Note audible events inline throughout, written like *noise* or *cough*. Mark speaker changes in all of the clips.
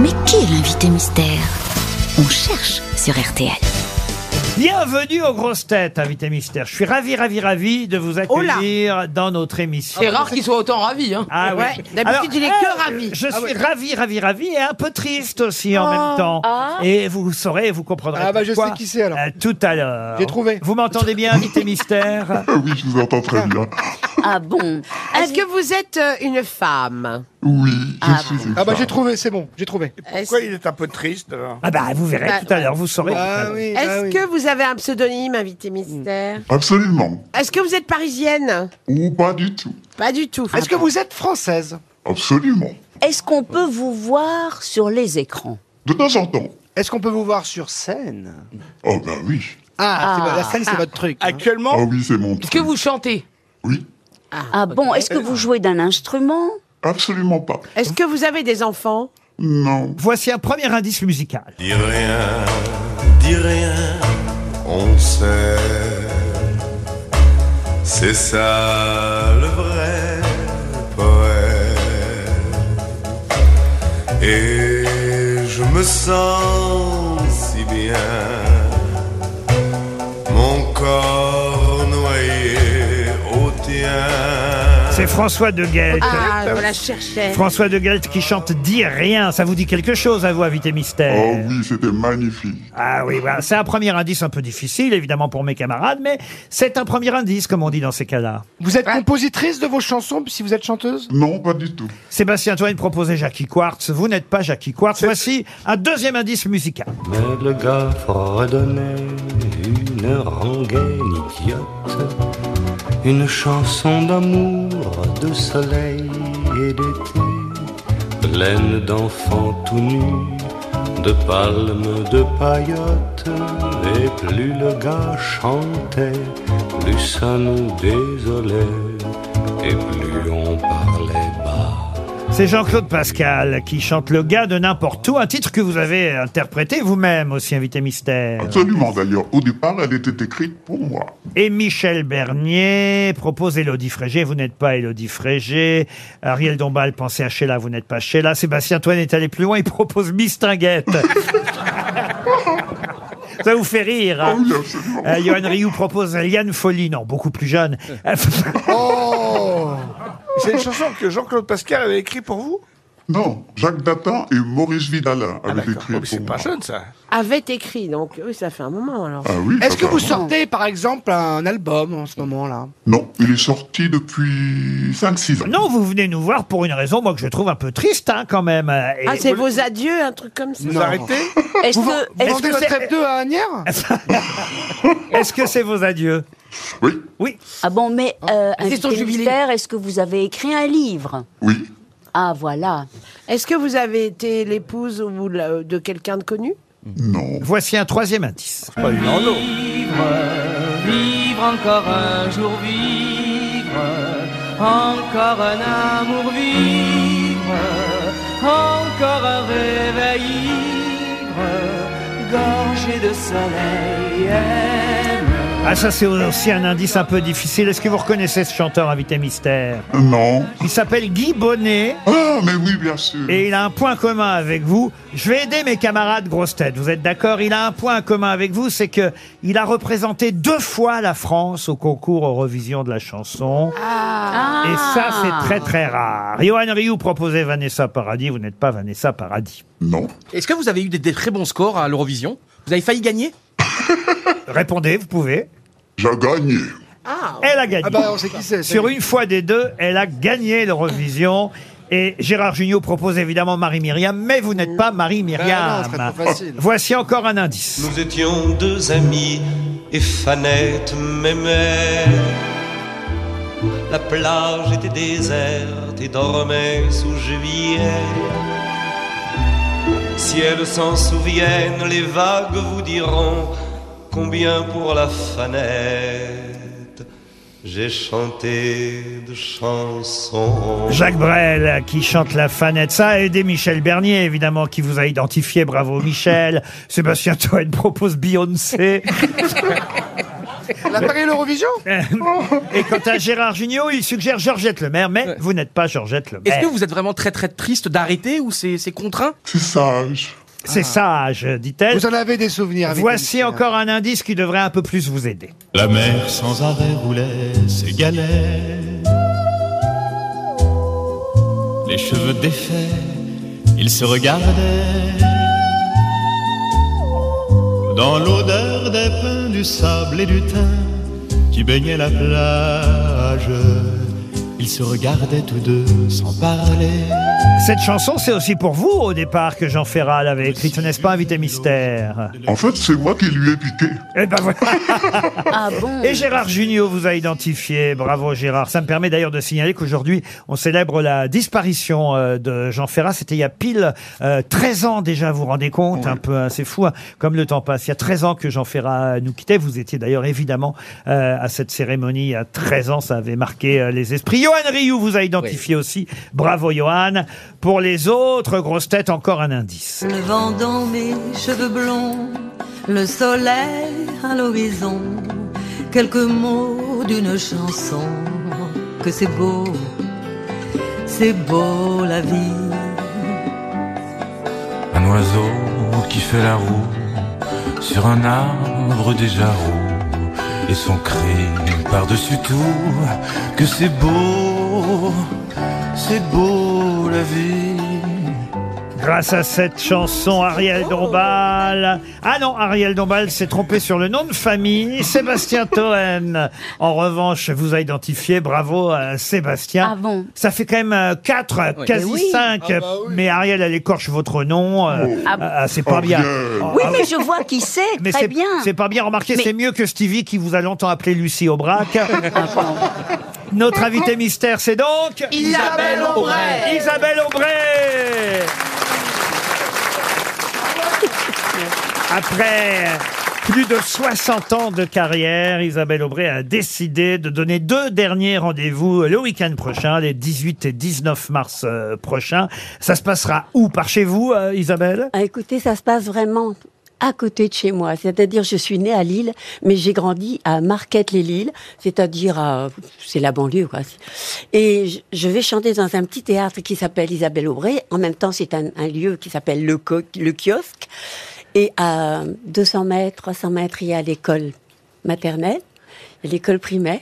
Speaker 1: Mais qui est l'invité mystère On cherche sur RTL.
Speaker 2: Bienvenue aux grosses têtes, invité mystère. Je suis ravi, ravi, ravi de vous accueillir dans notre émission.
Speaker 3: Oh C'est rare qu'il soit autant ravi. Hein.
Speaker 2: Ah oui.
Speaker 3: Ouais, d'habitude,
Speaker 2: Alors, euh,
Speaker 3: il est que ravi. Ah Oh.
Speaker 2: Je suis ravi, ravi, ravi et un peu triste aussi en même temps.
Speaker 3: Ah.
Speaker 2: Et vous saurez, vous comprendrez.
Speaker 4: Ah bah, je
Speaker 2: pourquoi,
Speaker 4: sais qui c'est, alors.
Speaker 2: euh, tout à l'heure.
Speaker 4: J'ai trouvé.
Speaker 2: Vous m'entendez bien, invité
Speaker 4: *laughs*
Speaker 2: mystère
Speaker 5: Ah oui, je vous entends très bien.
Speaker 6: Ah bon
Speaker 3: Est-ce que vous êtes euh, une femme
Speaker 5: Oui, je suis une
Speaker 4: Ah bah
Speaker 5: femme.
Speaker 4: j'ai trouvé, c'est bon, j'ai trouvé.
Speaker 3: Est-ce
Speaker 7: Pourquoi il est un peu triste alors
Speaker 2: Ah bah vous verrez
Speaker 3: Bah,
Speaker 2: tout à l'heure, vous saurez.
Speaker 4: Ah oui,
Speaker 3: est-ce que vous avez un pseudonyme, invité mystère
Speaker 5: Absolument.
Speaker 3: Est-ce que vous êtes parisienne
Speaker 5: Ou pas du tout.
Speaker 3: Pas du tout.
Speaker 4: Est-ce que vous êtes française
Speaker 5: Absolument.
Speaker 6: Est-ce qu'on peut vous voir sur les écrans
Speaker 5: De temps en temps.
Speaker 4: Est-ce qu'on peut vous voir sur scène
Speaker 5: Oh bah oui.
Speaker 4: Ah, c'est vo- la scène c'est votre truc. hein.
Speaker 5: Ah
Speaker 7: Actuellement,
Speaker 5: oui, c'est mon
Speaker 3: Est-ce que
Speaker 5: truc.
Speaker 3: vous chantez
Speaker 5: Oui,
Speaker 6: Ah bon Est-ce que vous jouez d'un instrument
Speaker 5: absolument pas.
Speaker 3: Est-ce que vous avez des enfants
Speaker 5: Non.
Speaker 2: Voici un premier indice musical.
Speaker 8: Dis rien, dis rien, on sait. C'est ça le vrai poème. Et je me sens si bien, mon corps noyé au tien.
Speaker 2: C'est François de Guelte.
Speaker 3: Ah, on la cherchait.
Speaker 2: François de Guelte qui chante Dis rien. Ça vous dit quelque chose à vous, invité
Speaker 7: Eh.
Speaker 2: mystère
Speaker 5: Oh oui, c'était magnifique.
Speaker 2: Ah oui, voilà. c'est un premier indice un peu difficile, évidemment, pour mes camarades, mais c'est un premier indice, comme on dit dans ces cas-là.
Speaker 4: Vous êtes compositrice de vos chansons si vous êtes chanteuse
Speaker 5: Non, pas du tout.
Speaker 2: Sébastien Toine proposait Jackie Quartz, vous n'êtes pas Jackie Quartz. Voici un deuxième indice musical.
Speaker 8: Mais le gars redonnait une rengaine idiote, une chanson d'amour, de soleil et d'été, pleine d'enfants tout nus, de palmes, de paillotes. Et plus le gars chantait, plus ça nous désolait, et plus on parlait bas.
Speaker 2: C'est Jean-Claude Pascal qui chante Le gars de n'importe où, un titre que vous avez interprété vous-même aussi, invité mystère.
Speaker 5: Absolument d'ailleurs. Au départ, elle était écrite pour moi.
Speaker 2: Et Michel Bernier propose Élodie Frégé, vous n'êtes pas Élodie Frégé. Ariel Dombal, pensez à Sheila, vous n'êtes pas Sheila. Sébastien Toine est allé plus loin, il propose Mistinguette. Ça vous fait rire.
Speaker 5: Ah
Speaker 2: hein
Speaker 5: oui, absolument.
Speaker 2: Euh, Johan Rioux propose Liane Folly, non, beaucoup plus jeune.
Speaker 7: c'est une chanson que Jean-Claude Pascal avait écrite pour vous
Speaker 5: Non, Jacques Datan et Maurice Vidalin
Speaker 7: Ah
Speaker 5: avaient
Speaker 7: d'accord,
Speaker 5: écrit
Speaker 7: Oh, mais c'est
Speaker 5: pour
Speaker 7: pas
Speaker 5: moi.
Speaker 7: jeune ça.
Speaker 3: Avait écrit, donc oui, ça fait un moment alors.
Speaker 5: Ah oui,
Speaker 4: Est-ce que vous
Speaker 5: totalement.
Speaker 4: sortez par exemple un album en ce moment là
Speaker 5: Non, il est sorti depuis 5-6 ans.
Speaker 2: non, vous venez nous voir pour une raison, moi, que je trouve un peu triste, hein, quand même. Euh, et-
Speaker 3: Ah, c'est vos adieux, un truc comme ça
Speaker 7: Vous arrêtez
Speaker 6: Est-ce
Speaker 4: Vous,
Speaker 6: que,
Speaker 4: vous
Speaker 6: est-ce
Speaker 4: vendez
Speaker 2: que
Speaker 4: votre
Speaker 2: c'est-
Speaker 4: F2 à Agnières
Speaker 2: Est-ce que c'est vos adieux
Speaker 5: Oui,
Speaker 2: Oui.
Speaker 6: ah bon Mais euh,
Speaker 3: c'est son
Speaker 6: invité
Speaker 3: jubilé.
Speaker 6: mystère, est-ce que vous avez écrit un livre
Speaker 5: oui.
Speaker 6: Ah voilà.
Speaker 3: Est-ce que vous avez été l'épouse ou la- de quelqu'un de connu
Speaker 5: Non.
Speaker 2: Voici un troisième indice.
Speaker 7: Pas du Lando.
Speaker 9: Vivre encore un jour, vivre encore un amour, vivre encore un réveil, ivre, gorgé de soleil. aime.
Speaker 2: Ah, ça, c'est aussi un indice un peu difficile. Est-ce que vous reconnaissez ce chanteur invité mystère
Speaker 5: Non.
Speaker 2: Il s'appelle Guy Bonnet
Speaker 5: Ah, mais oui, bien sûr.
Speaker 2: et il a un point commun avec vous. Je vais aider mes camarades grosses têtes. Vous êtes d'accord Il a un point commun avec vous, c'est que il a représenté deux fois la France au concours Eurovision de la chanson. Et ça, c'est très très rare. Johan Rioux proposait Vanessa Paradis. Vous n'êtes pas Vanessa Paradis.
Speaker 5: Non.
Speaker 10: Est-ce que vous avez eu des, des très bons scores à l'Eurovision Vous avez failli gagner
Speaker 2: Répondez, vous pouvez.
Speaker 5: J'ai gagné.
Speaker 2: Elle a gagné.
Speaker 4: Ah bah on sait qui c'est.
Speaker 2: Sur une fois des deux, elle a gagné l'Eurovision. Et Gérard Jugnot propose évidemment Marie-Myriam, mais vous n'êtes pas
Speaker 4: Ah non,
Speaker 2: Marie-Myriam.
Speaker 4: ce serait trop facile.
Speaker 2: Voici encore un indice.
Speaker 8: Nous étions deux amis et Fanette m'aimait. La plage était déserte et dormait sous juillet. Si elles s'en souviennent, les vagues vous diront combien pour la Fanette j'ai chanté de chansons.
Speaker 2: Jacques Brel qui chante La Fanette. Ça a aidé Michel Bernier, évidemment, qui vous a
Speaker 4: *laughs*
Speaker 2: identifié. Bravo Michel. Sébastien Toen propose Beyoncé.
Speaker 11: Elle a parlé l'Eurovision
Speaker 2: Et quant à Gérard Jugnot, il suggère Georgette Lemaire, mais vous n'êtes pas Georgette Lemaire.
Speaker 4: Est-ce que vous êtes vraiment très très triste d'arrêter ou c'est c'est contraint
Speaker 5: C'est sage.
Speaker 2: C'est
Speaker 4: Ah.
Speaker 2: sage, dit-elle.
Speaker 11: Vous en avez des souvenirs avec
Speaker 2: Voici
Speaker 11: Alicia.
Speaker 2: encore un indice qui devrait un peu plus vous aider.
Speaker 12: La mer sans arrêt roulait ses galets. Les cheveux défaits, ils se regardaient. Dans l'odeur des pins, du sable et du thym qui baignait la plage, ils se regardaient tous deux sans parler.
Speaker 2: Cette chanson, c'est aussi pour vous au départ que Jean Ferral avait écrite, n'est-ce pas, Invité Mystère
Speaker 5: En fait, c'est moi qui lui ai piqué.
Speaker 2: Eh ben voilà.
Speaker 13: Ah bon
Speaker 2: Et Gérard Jugnot vous a identifié. Bravo Gérard. Ça me permet d'ailleurs de signaler qu'aujourd'hui, on célèbre la disparition euh, de Jean Ferrat. C'était il y a pile euh, 13 ans déjà, vous vous rendez compte Un peu, hein, c'est fou, hein, comme le temps passe. Il y a 13 ans que Jean Ferrat nous quittait. Vous étiez d'ailleurs évidemment euh, à cette cérémonie il y a 13 ans. Ça avait marqué euh, les esprits. Johan Rioux vous a identifié aussi. Bravo Johan. Pour les autres grosses têtes, encore un indice.
Speaker 14: Le vent dans mes cheveux blonds, le soleil à l'horizon, quelques mots d'une chanson, que c'est beau, c'est beau la vie.
Speaker 8: Un oiseau qui fait la roue sur un arbre déjà roux et son cri par-dessus tout que c'est beau, c'est beau la vie.
Speaker 2: Grâce à cette chanson, Ariel Dombal. Ah non, Ariel Dombal s'est trompé sur le nom de famille.
Speaker 13: *laughs*
Speaker 2: Sébastien Toen, en revanche, vous a identifié. Bravo, euh, Sébastien.
Speaker 13: Ah bon Eh
Speaker 2: Ça fait quand même euh, quatre, quasi cinq. Mais Ariel, elle écorche votre nom. euh,
Speaker 13: Ah
Speaker 2: ah, c'est
Speaker 5: Oh,
Speaker 2: pas bien.
Speaker 5: Ariel.
Speaker 2: Ah,
Speaker 13: Oui,
Speaker 2: ah,
Speaker 13: mais je vois qui c'est,
Speaker 2: mais
Speaker 13: très
Speaker 2: c'est
Speaker 13: bien.
Speaker 2: c'est pas bien remarqué,
Speaker 13: Mais-
Speaker 2: c'est mieux que Stevie qui vous a longtemps appelé Lucie Aubrac.
Speaker 13: Ah,
Speaker 2: Notre invité mystère, c'est donc
Speaker 15: Isabelle Aubray.
Speaker 2: Isabelle Aubray. Après plus de 60 ans de carrière, Isabelle Aubray a décidé de donner deux derniers rendez-vous le week-end prochain, les 18 et 19 mars euh, prochains. Ça se passera où Par chez vous, euh, Isabelle
Speaker 16: Ah, écoutez, ça se passe vraiment à côté de chez moi. C'est-à-dire, je suis née à Lille, mais j'ai grandi à Marquette-les-Lilles, c'est-à-dire, à- c'est la banlieue, quoi. Et je- je vais chanter dans un petit théâtre qui s'appelle Isabelle Aubray. En même temps, c'est un, un lieu qui s'appelle le, Co- le kiosque. Et à 200 mètres, 300 mètres, il y a l'école maternelle, et l'école primaire.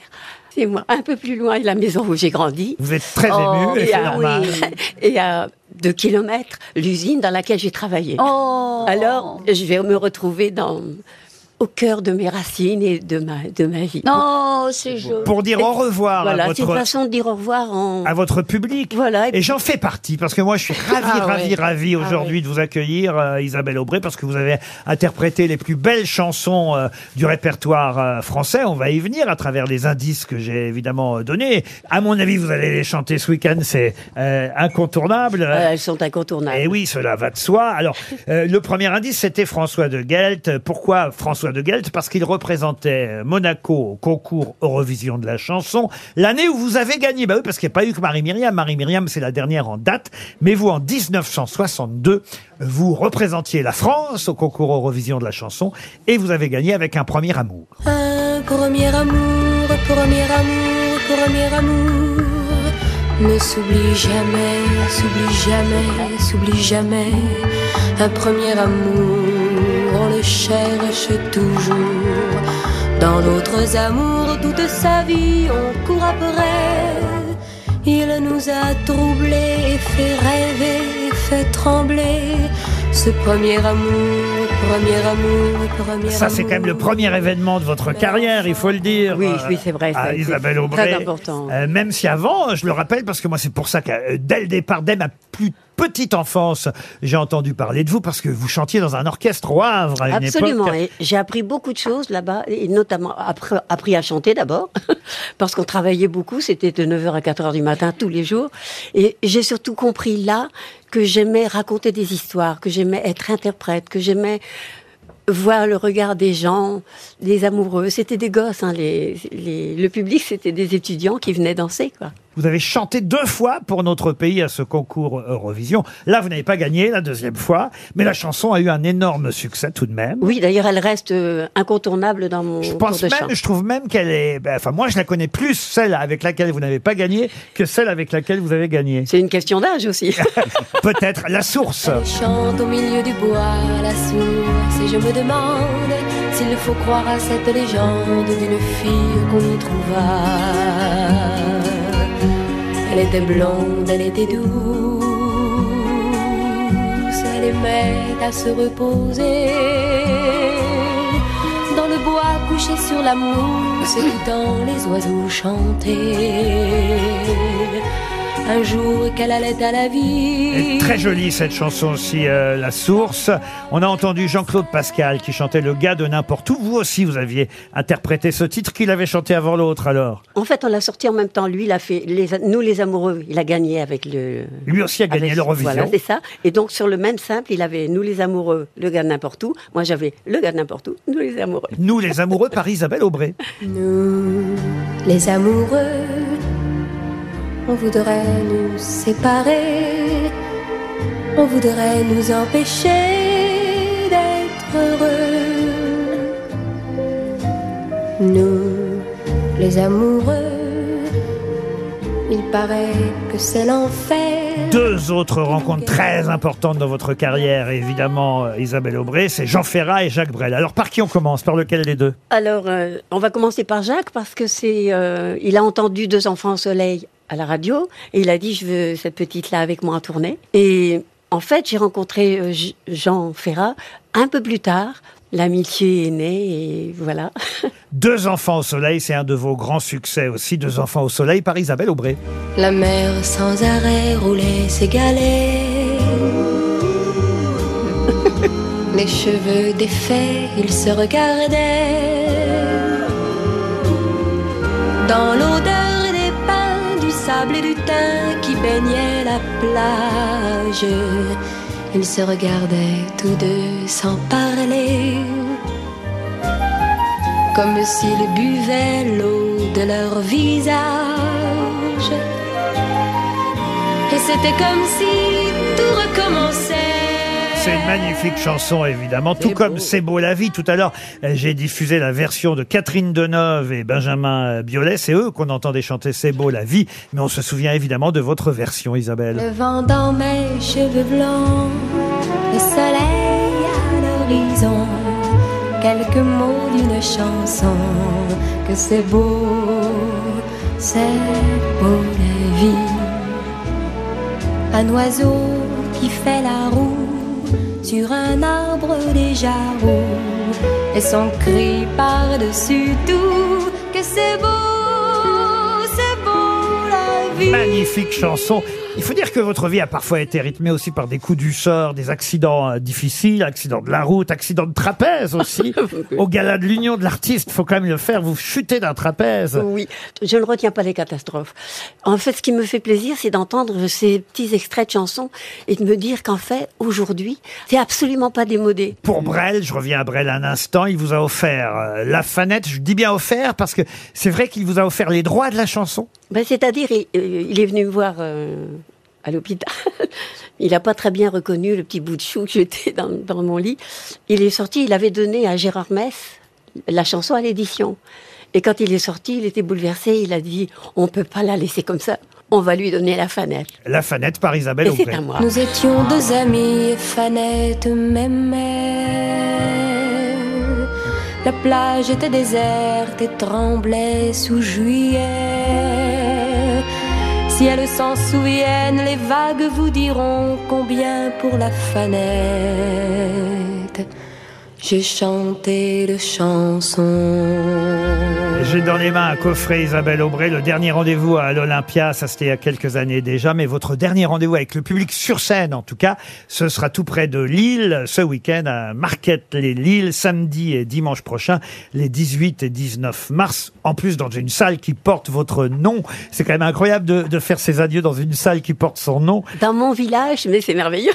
Speaker 16: C'est moi, un peu plus loin, la maison où j'ai grandi.
Speaker 2: Vous êtes très
Speaker 13: Oh,
Speaker 2: émue, et
Speaker 16: et
Speaker 2: c'est
Speaker 13: ah
Speaker 16: à,
Speaker 2: normal.
Speaker 16: *laughs* et à deux kilomètres, l'usine dans laquelle j'ai travaillé.
Speaker 13: Oh
Speaker 16: Alors, je vais me retrouver dans, au cœur de mes racines et de ma, de ma vie.
Speaker 13: Non, c'est joli.
Speaker 2: Pour dire au revoir à
Speaker 16: Voilà, c'est une
Speaker 2: votre
Speaker 16: façon de dire au revoir en...
Speaker 2: à votre public.
Speaker 16: Voilà, et
Speaker 2: Et j'en fais partie parce que moi je suis ravi,
Speaker 15: Ah
Speaker 2: ravi,
Speaker 15: ouais.
Speaker 2: ravi aujourd'hui de vous accueillir, euh, Isabelle Aubray, parce que vous avez interprété les plus belles chansons euh, du répertoire euh, français. On va y venir à travers les indices que j'ai évidemment euh, donnés. À mon avis, vous allez les chanter ce week-end, c'est euh, incontournable.
Speaker 16: euh, elles sont incontournables.
Speaker 2: Et Eh oui, cela va de soi.
Speaker 16: *laughs*
Speaker 2: Alors, euh, le premier indice, c'était François de Gelt. Pourquoi François de Gelt Parce qu'il représentait Monaco au concours Eurovision de la chanson. L'année où vous avez gagné, bah oui, parce qu'il n'y a pas eu que Marie-Myriam. Marie-Myriam, c'est la dernière en date. Mais vous, en 1962, vous représentiez la France au concours Eurovision de la chanson et vous avez gagné avec un premier amour.
Speaker 14: Un premier amour, premier amour, premier amour. Ne s'oublie jamais, s'oublie jamais, s'oublie jamais. Un premier amour, on le cherche toujours. Dans d'autres amours, toute sa vie, on court après. Il nous a troublés et fait rêver, et fait trembler. Ce premier amour, premier amour, premier
Speaker 2: Ça, c'est quand même le premier événement de votre carrière, il faut le dire.
Speaker 16: Oui,
Speaker 2: Euh,
Speaker 16: oui, c'est vrai.
Speaker 2: à
Speaker 16: ça, c'est
Speaker 2: Isabelle Aubray.
Speaker 16: Très important.
Speaker 2: Euh, même si avant, je le rappelle, parce que moi c'est pour ça que euh, dès le départ, dès ma plus petite enfance, j'ai entendu parler de vous parce que vous chantiez dans un orchestre au Havre à une
Speaker 16: Absolument.
Speaker 2: époque.
Speaker 16: Et j'ai appris beaucoup de choses là-bas, et notamment appre- appris à chanter d'abord, *laughs* parce qu'on travaillait beaucoup, c'était de 9h à 4h du matin tous les jours. Et j'ai surtout compris là que j'aimais raconter des histoires, que j'aimais être interprète, que j'aimais voir le regard des gens, des amoureux. C'était des gosses, hein, les, les- le public, c'était des étudiants qui venaient danser. quoi.
Speaker 2: Vous avez chanté deux fois pour notre pays à ce concours Eurovision. Là, vous n'avez pas gagné la deuxième fois, mais la chanson a eu un énorme succès tout de même.
Speaker 17: Oui, d'ailleurs, elle reste euh, incontournable dans mon
Speaker 2: Je pense
Speaker 17: cours de chant.
Speaker 2: même, je trouve même qu'elle est. ben, Enfin, moi, je la connais plus celle avec laquelle vous n'avez pas gagné que celle avec laquelle vous avez gagné.
Speaker 17: C'est une question d'âge aussi.
Speaker 2: Peut-être
Speaker 17: *laughs*
Speaker 2: la source.
Speaker 16: chante au milieu du bois la source et je me demande s'il faut croire à cette légende d'une fille qu'on y trouva. Elle était blonde, elle était douce, elle aimait à se reposer dans le bois couché sur la mousse, écoutant les oiseaux chanter. Un jour qu'elle allait à la vie.
Speaker 2: Très jolie cette chanson aussi, euh, La Source. On a entendu Jean-Claude Pascal qui chantait Le gars de n'importe où. Vous aussi, vous aviez interprété ce titre qu'il avait chanté avant l'autre alors.
Speaker 17: En fait, on l'a sorti en même temps. Lui, il a fait les, nous les amoureux. Il a gagné avec le.
Speaker 2: Lui aussi
Speaker 16: Ah
Speaker 2: a gagné
Speaker 16: ben,
Speaker 17: avec-
Speaker 2: l'Eurovision.
Speaker 17: Voilà, c'est ça. Et donc sur le même simple, il avait nous les amoureux, le gars de n'importe où. Moi, j'avais le gars de n'importe où, nous les amoureux.
Speaker 2: *laughs* Nous les amoureux par Isabelle Aubray.
Speaker 16: Nous, les amoureux, on voudrait nous séparer, on voudrait nous empêcher d'être heureux. Nous, les amoureux, il paraît que c'est l'enfer.
Speaker 2: Deux autres rencontres très importantes dans votre carrière, évidemment, euh, Isabelle Aubray, c'est Jean Ferrat et Jacques Brel. Alors par qui on commence Par lequel des deux
Speaker 17: Alors, euh, on va commencer par Jacques parce que c'est. euh, il a entendu deux enfants au soleil à la radio et il a dit je veux cette petite là avec moi en tournée. Et en fait, j'ai rencontré euh, J- Jean Ferrat un peu plus tard. L'amitié est née et voilà.
Speaker 2: Deux enfants au soleil, c'est un de vos grands succès aussi. Deux enfants au soleil par Isabelle Aubray.
Speaker 16: La mer sans arrêt roulait ses galets. Les cheveux défaits, ils se regardaient. Dans l'odeur des pins, du sable et du thym qui baignait la plage, ils se regardaient tous deux sans parler. Comme s'ils buvaient l'eau de leur visage. Et c'était comme si tout recommençait.
Speaker 2: C'est une magnifique chanson, évidemment, tout comme C'est beau la vie. Tout à l'heure, euh, j'ai diffusé la version de Catherine Deneuve et Benjamin euh, Biolay. C'est eux qu'on entendait chanter C'est beau la vie, mais on se souvient évidemment de votre version,
Speaker 16: Le
Speaker 2: Isabelle.
Speaker 16: vent dans mes cheveux blancs, le soleil à l'horizon, quelques mots d'une chanson, que c'est beau, c'est beau la vie. Un oiseau qui fait la roue sur un arbre déjà roux, et son cri par-dessus tout, que c'est beau, c'est beau la vie.
Speaker 2: Magnifique chanson. Il faut dire que votre vie a parfois été rythmée aussi par des coups du sort, des accidents euh, difficiles, accidents de la route, accidents de trapèze *laughs* aussi. Au gala de l'Union de l'artiste, faut quand même le faire, vous chutez d'un trapèze.
Speaker 17: Oui, je ne retiens pas les catastrophes. En fait, ce qui me fait plaisir, c'est d'entendre ces petits extraits de chansons et de me dire qu'en fait, aujourd'hui, c'est absolument pas démodé.
Speaker 2: Pour Brel, je reviens à Brel un instant, il vous a offert euh, la fanette. Je dis bien offert parce que c'est vrai qu'il vous a offert les droits de la chanson.
Speaker 17: Ben, C'est-à-dire, il, euh, il est venu me voir euh, à l'hôpital. *laughs* Il n'a pas très bien reconnu le petit bout de chou que j'étais dans, dans mon lit. Il est sorti, il avait donné à Gérard Mess la chanson à l'édition. Et quand il est sorti, il était bouleversé. Il a dit On peut pas la laisser comme ça. On va lui donner la fanette.
Speaker 2: La fanette par Isabelle
Speaker 17: Et c'est
Speaker 2: Aubray.
Speaker 17: à moi.
Speaker 16: Nous étions deux amis, Fanette, même elle. La plage était déserte et tremblait sous juillet. Si elles s'en souviennent, les vagues vous diront combien pour la Fanette. J'ai chanté de chansons.
Speaker 2: J'ai dans les mains un coffret Isabelle Aubray, le dernier rendez-vous à l'Olympia, ça c'était il y a quelques années déjà, mais votre dernier rendez-vous avec le public sur scène en tout cas, ce sera tout près de Lille ce week-end à Marquette les Lille, samedi et dimanche prochain, les 18 et 19 mars, en plus dans une salle qui porte votre nom. C'est quand même incroyable de, de faire ses adieux dans une salle qui porte son nom.
Speaker 17: Dans mon village, mais c'est merveilleux.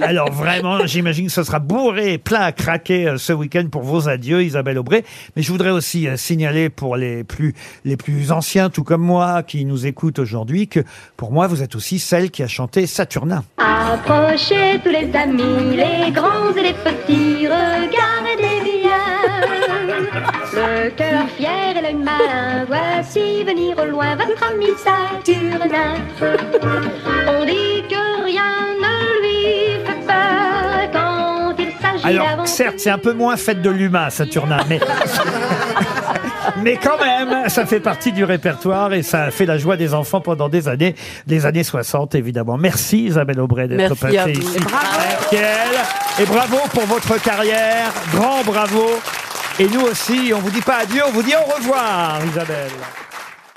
Speaker 2: Alors vraiment, j'imagine que ce sera bourré, et plein à craquer. craquer euh, ce week-end pour vos adieux, Isabelle Aubray. Mais je voudrais aussi euh, signaler pour les plus, les plus anciens, tout comme moi, qui nous écoutent aujourd'hui, que pour moi, vous êtes aussi celle qui a chanté Saturnin.
Speaker 12: Approchez tous les amis, les grands et les petits, regardez bien. Le cœur fier et l'œil malin, *laughs* voici venir au loin votre ami Saturnin. On dit que rien ne lui fait peur quand il s'agit
Speaker 2: Alors,
Speaker 12: d'aventure.
Speaker 2: certes, c'est un peu moins fête de l'humain, Saturnin, mais. Mais quand même, ça fait partie du répertoire et ça a fait la joie des enfants pendant des années, des années 60 évidemment. Merci Isabelle Aubray d'être
Speaker 18: Merci à
Speaker 2: passée
Speaker 18: vous.
Speaker 2: ici.
Speaker 18: Et bravo.
Speaker 2: à RTL. Et bravo pour votre carrière, grand bravo. Et nous aussi, on vous dit pas adieu, on vous dit au revoir Isabelle.